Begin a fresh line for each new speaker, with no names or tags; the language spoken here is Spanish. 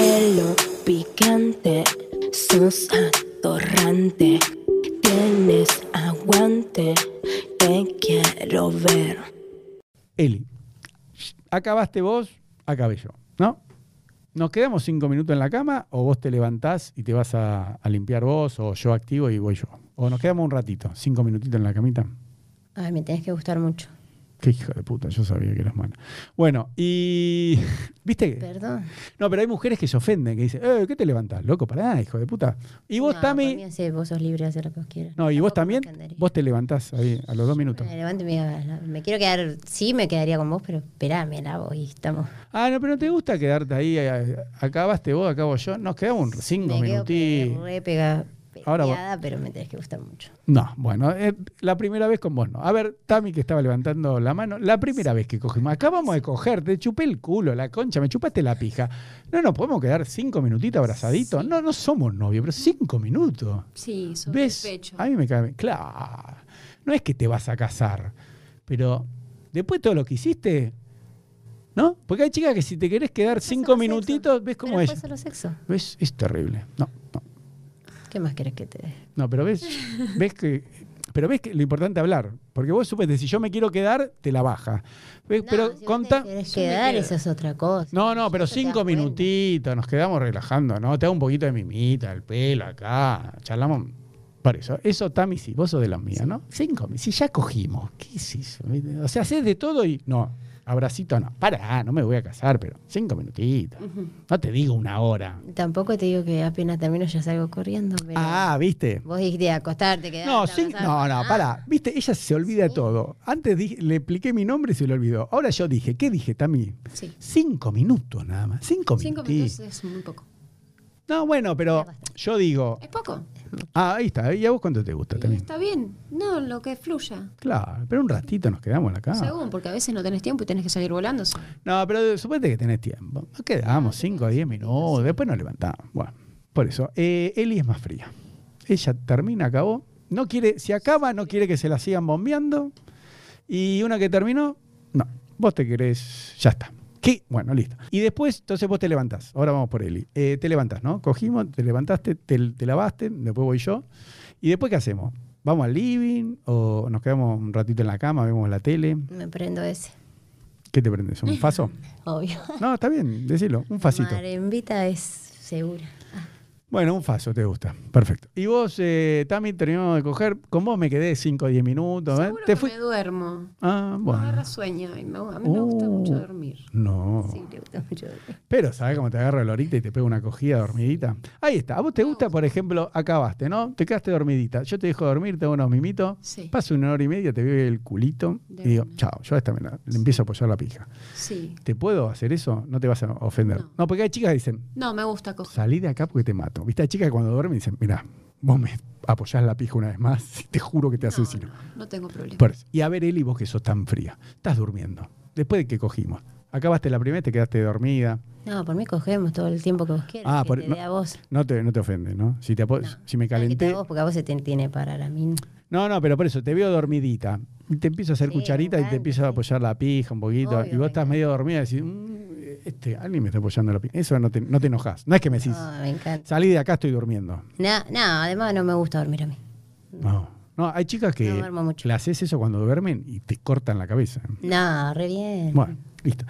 pelo picante, sos atorrante, tienes aguante, te quiero ver.
Eli, acabaste vos, acabé yo, ¿no? ¿Nos quedamos cinco minutos en la cama o vos te levantás y te vas a, a limpiar vos o yo activo y voy yo? ¿O nos quedamos un ratito, cinco minutitos en la camita?
Ay, me tenés que gustar mucho.
Qué hija de puta, yo sabía que eras mala. Bueno, y. ¿Viste? que-
Perdón.
No, pero hay mujeres que se ofenden, que dicen, eh, ¿qué te levantás, loco? Pará, hijo de puta. Y vos,
No,
Tami.
conmigo sí, vos sos libre de hacer lo que vos quieras.
No, y vos
Tampoco me
también,
ofendería.
vos te levantás ahí a los dos minutos.
Me levanto y me, digo, "Ah, me quiero quedar, sí me quedaría con vos, pero esperá, me lavo y estamos.
Ah, no, pero no te gusta quedarte ahí. eh, Acabaste vos, acabo yo. Nos quedamos un- cinco
me quedo pe-
minutitos.
re pega,
Ahora vos-
peleada, pero me tenés que gustar mucho.
No, bueno, eh, la primera vez con vos no. A ver, Tami que estaba levantando la mano, la primera vez que cogimos, acabamos de coger, te chupé el culo, la concha, me chupaste la pija. No nos podemos quedar cinco minutitos abrazaditos. No, no somos novios, pero cinco minutos.
Sí, sobre
¿Ves?
el pecho.
A mí me cae. Claro. No es que te vas a casar, pero después todo lo que hiciste, ¿no? Porque hay chicas que si te querés quedar cinco
solo sexo.
minutitos, ¿ves cómo
pero
es?
fue solo sexo.
¿Ves? Es terrible. No, no.
¿Qué más querés que te dé?
No, pero ves, ves que. Pero ves que lo importante es hablar. Porque vos supiste, si yo me quiero quedar, te la baja. ¿Ves? pero conta.
querés
me
quedar,
quedo.
eso es otra cosa.
No, no,
Ya
pero
te das
cinco
cuenta.
minutitos, nos quedamos relajando, ¿no? Te hago un poquito de mimita, el pelo acá, charlamos. Por eso, eso Tami sí, vos sos de las mías, ¿no? Cinco, mi- si ya cogimos, ¿qué es eso? O sea, haces de todo y no, abracito no. Pará, no me voy a casar, pero cinco minutitos. No te digo una hora.
Tampoco te digo que apenas termino ya salgo corriendo, pero
Ah, ¿viste?
vos dijiste acostarte, quedarte.
No, cinco, no,
Ah.
no, pará. Viste, ella se olvida de todo. Antes dije- le expliqué mi nombre y se lo olvidó. Ahora yo dije, ¿qué dije, Tami?
Sí.
Cinco minutos nada más. Cinco,
Cinco
minutitos.
minutos es muy poco.
No, bueno, pero yo digo,
Es poco.
Ah, ahí está. ¿Y a vos cuánto te gusta
Y
también?
está bien. No, lo que fluya.
Claro, pero un ratito nos quedamos en la cama.
Según, porque a veces no tenés tiempo y tenés que salir volando. sí.
No, pero suponete que tenés tiempo. Nos quedamos 5 o 10 minutos, después nos levantamos. Bueno, por eso. eh, Eli es más fría. Ella termina, acabó. No quiere, si acaba, no quiere que se la sigan bombeando. Y una que terminó, no. Vos te querés, ya está. ¿Qué? Bueno, listo. Y después, entonces vos te levantás. Ahora vamos por Eli. Eh, te levantás, ¿no? Cogimos, te levantaste, te, te lavaste, después voy yo. ¿Y después qué hacemos? ¿Vamos al living o nos quedamos un ratito en la cama, vemos la tele?
Ah, Me prendo ese,
¿Qué te prendes? ¿Un faso?
obvio.
No, está bien, decilo. Un facito.
Marembita es segura.
Bueno, un faso te gusta. Perfecto. Y vos, eh, Tami, terminamos de coger. Con vos me quedé 5 o 10 minutos. ¿eh?
Seguro
Te
que
fui.
me duermo.
Ah,
Me agarra
bueno.
sueño. Y me- a mí me gusta
Uh.
mucho dormir.
No.
Sí, le gusta mucho dormir.
Pero, ¿sabés cómo te agarra el horita y te pega una cogida dormidita? Ahí está. ¿A vos te gusta, por ejemplo, acabaste, ¿no? Te quedaste dormidita. Yo te dejo dormir, te hago unos mimitos.
Sí.
Paso una hora y media, te veo el culito
De
y digo,
una.
chao, yo a esta me la- le empiezo a apoyar la pija.
Sí.
¿Te puedo hacer eso? No te vas a ofender. No,
No.
porque hay chicas que dicen,
No, me gusta coger.
salí de acá porque te mato. ¿Viste? Hay chicas que cuando duermen dicen, mira, vos me apoyás la pija una vez más, te juro que te
No,
asesino.
no, no tengo problema.
Por eso. Y a ver, Eli, vos que sos tan fría. Estás durmiendo. Después de que cogimos. Acabaste la primera, te quedaste dormida.
No, por mí cogemos todo el tiempo que vos quieras.
Ah,
que
por-
te
no-
dé a vos.
No te, no te ofende, ¿no? Si, te apo-
No.
si me
Ah, que te dé
calenté.
a vos, porque a vos se te tiene para la mina.
No, no, pero por eso, te veo dormidita. Y Te empiezo a hacer
Sí,
cucharita y te
arrancante,
empiezo a
sí.
apoyar la pija un poquito.
Obvio,
y vos estás
me
medio dormida y decís, "Mm, este, alguien me está apoyando la pija. Eso no te, no te enojas. No es que me decís,
Ah, me encanta.
salí de acá, estoy durmiendo.
No, no, además no me gusta dormir a mí.
No. No, hay chicas que
No duermo mucho.
le haces eso cuando duermen y te cortan la cabeza.
No, re bien.
Bueno, listo.